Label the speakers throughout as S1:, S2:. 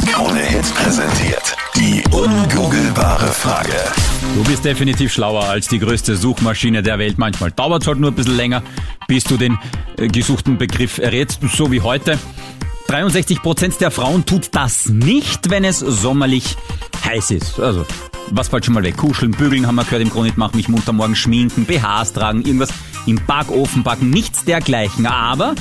S1: Welt präsentiert. Die ungoogelbare Frage.
S2: Du bist definitiv schlauer als die größte Suchmaschine der Welt. Manchmal dauert es halt nur ein bisschen länger, bis du den äh, gesuchten Begriff errätst, so wie heute. 63% der Frauen tut das nicht, wenn es sommerlich heiß ist. Also, was fällt schon mal weg? Kuscheln, bügeln haben wir gehört im Grunde, mach mich munter morgen schminken, BHs tragen, irgendwas im Backofen backen, nichts dergleichen. Aber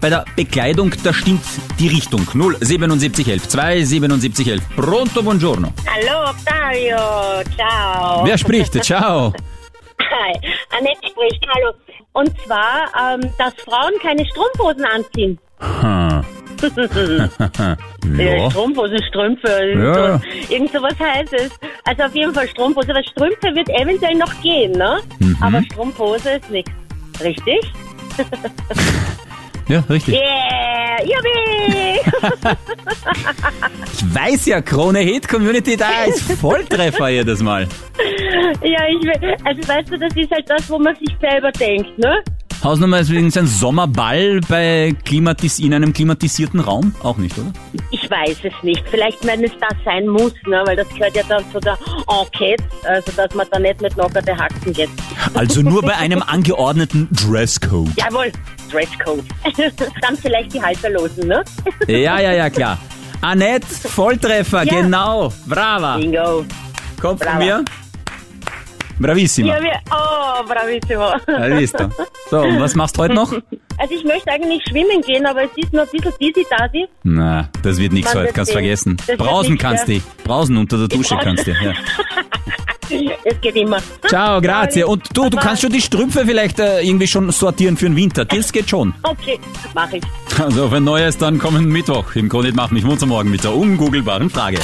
S2: bei der Bekleidung, da stimmt die Richtung. 07711 27711. Pronto, buongiorno.
S3: Allora Octavio, ciao.
S2: Wer spricht? Ciao.
S3: Hi, Annette spricht, hallo. Und zwar, ähm, dass Frauen keine Strumpfhosen anziehen. Äh,
S2: Hm. Ja.
S3: Strumpfhosen, Strümpfe, irgend
S2: Ja.
S3: so- irgend sowas Heißes. Also auf jeden Fall Strumpfhose, weil Strümpfe wird eventuell noch gehen, ne?
S2: Mhm.
S3: Aber Strumpfhose ist nichts. Richtig?
S2: ja, richtig.
S3: Yeah, yippie!
S2: Ich weiß ja, Krone Hit Community, da ist Volltreffer jedes Mal.
S3: ja, ich will, also weißt du, das ist halt das, wo man sich selber denkt, ne?
S2: Hausnummer ist übrigens ein Sommerball bei Klimatis in einem klimatisierten Raum. Auch nicht, oder?
S3: Ich weiß es nicht. Vielleicht, wenn es das sein muss, ne? weil das gehört ja dann zu der Enquete, also dass man da nicht mit lockerte Haxen geht.
S2: Also nur bei einem angeordneten Dresscode.
S3: Jawohl, Dresscode. dann vielleicht die Halterlosen, ne?
S2: Ja, ja, ja, klar. Annette, Volltreffer,
S3: Ja.
S2: genau. Brava.
S3: Bingo.
S2: Kommt von
S3: Brava.
S2: mir. Bravissima.
S3: Ja, wir, oh, bravissimo.
S2: Ja, siehst du. So, und was machst du heute noch?
S3: Also ich möchte eigentlich schwimmen gehen, aber es ist noch ein bisschen dizzy-dazy.
S2: Na, das wird nichts
S3: Man
S2: heute,
S3: wird
S2: kannst
S3: sehen.
S2: vergessen.
S3: Das wird
S2: Brausen
S3: nichts,
S2: kannst
S3: ja.
S2: du. Brausen unter der Dusche
S3: brauche-
S2: kannst du. Ja.
S3: Es geht immer.
S2: Ciao, grazie. Und du, du
S3: Baba.
S2: kannst schon die Strümpfe vielleicht äh, irgendwie schon sortieren für den Winter. Das geht schon.
S3: Okay, mache ich.
S2: Also, wenn Neues, dann kommen Mittwoch. Im Grunde mach mich munter morgen mit der ungoogelbaren Frage.